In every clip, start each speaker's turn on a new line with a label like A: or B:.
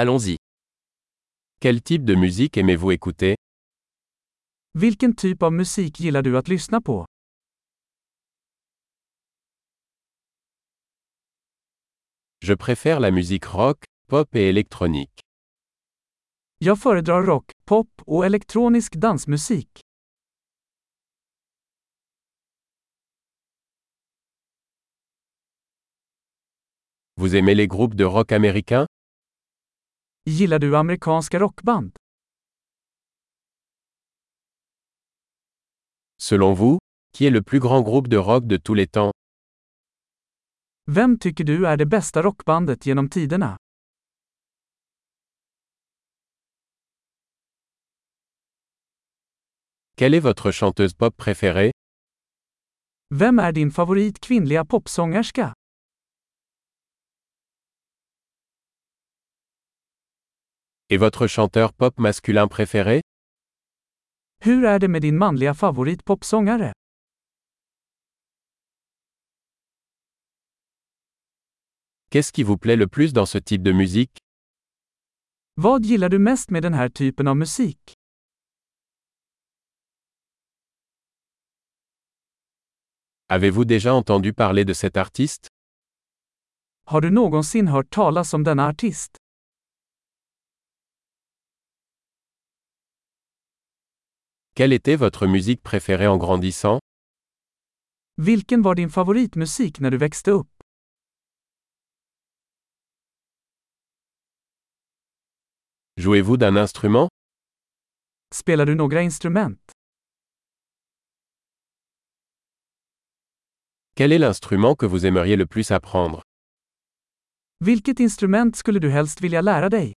A: Allons-y. Quel type de musique aimez-vous écouter
B: Vilken typ av musik gillar du att lyssna på?
A: Je préfère la musique rock, pop et électronique.
B: Jag föredrar rock, pop och elektronisk dansmusik.
A: Vous aimez les groupes de rock américains
B: Gillar du amerikanska rockband?
A: Selon vous, qui est le plus grand groupe de rock de tous les temps
B: Vem tycker du är det bästa rockbandet genom tiderna?
A: Quelle est votre chanteuse pop préférée
B: Vem är din favorit kvinnliga popsångerska?
A: Et votre chanteur pop masculin préféré
B: Hur är det med din manliga favorit popsångare?
A: Qu'est-ce qui vous plaît le plus dans ce type de musique
B: Vad gillar du mest med den här typen av musik?
A: Avez-vous déjà entendu parler de cet artiste
B: Har du någonsin hört talas om denna artist?
A: Quelle était votre musique préférée en grandissant
B: Vilken var din favoritmusik när du växte upp?
A: Jouez-vous d'un instrument
B: Spelar du några instrument?
A: Quel est l'instrument que vous aimeriez le plus apprendre
B: Vilket instrument skulle du helst vilja lära dig?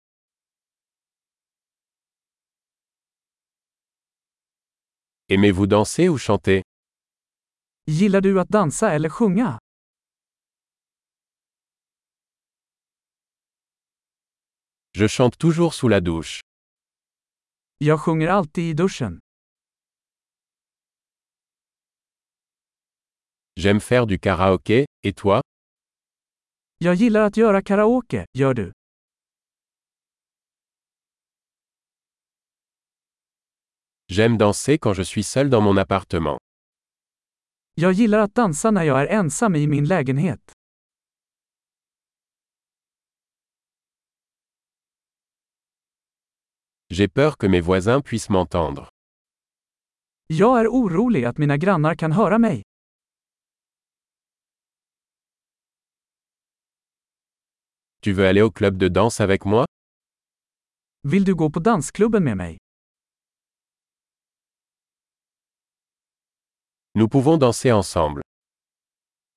A: Aimez-vous danser ou chanter
B: Gillar du att dansa eller sjunga?
A: Je chante toujours sous la douche.
B: Jag sjunger alltid i duschen.
A: J'aime faire du karaoké, et toi
B: Jag gillar att göra karaoke, gör du?
A: J'aime danser quand je suis seul dans mon appartement.
B: Jag gillar att dansa när jag är ensam i min lägenhet.
A: J'ai peur que mes voisins puissent m'entendre.
B: Jag är orolig att mina grannar kan höra mig.
A: Tu veux aller au club de danse avec moi
B: Vill du gå på dansklubben med mig?
A: Nous pouvons danser ensemble.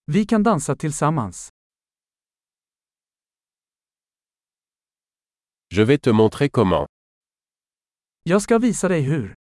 B: Vi kan dansa tillsammans.
A: Je vais te montrer comment.
B: Jag ska visa dig hur.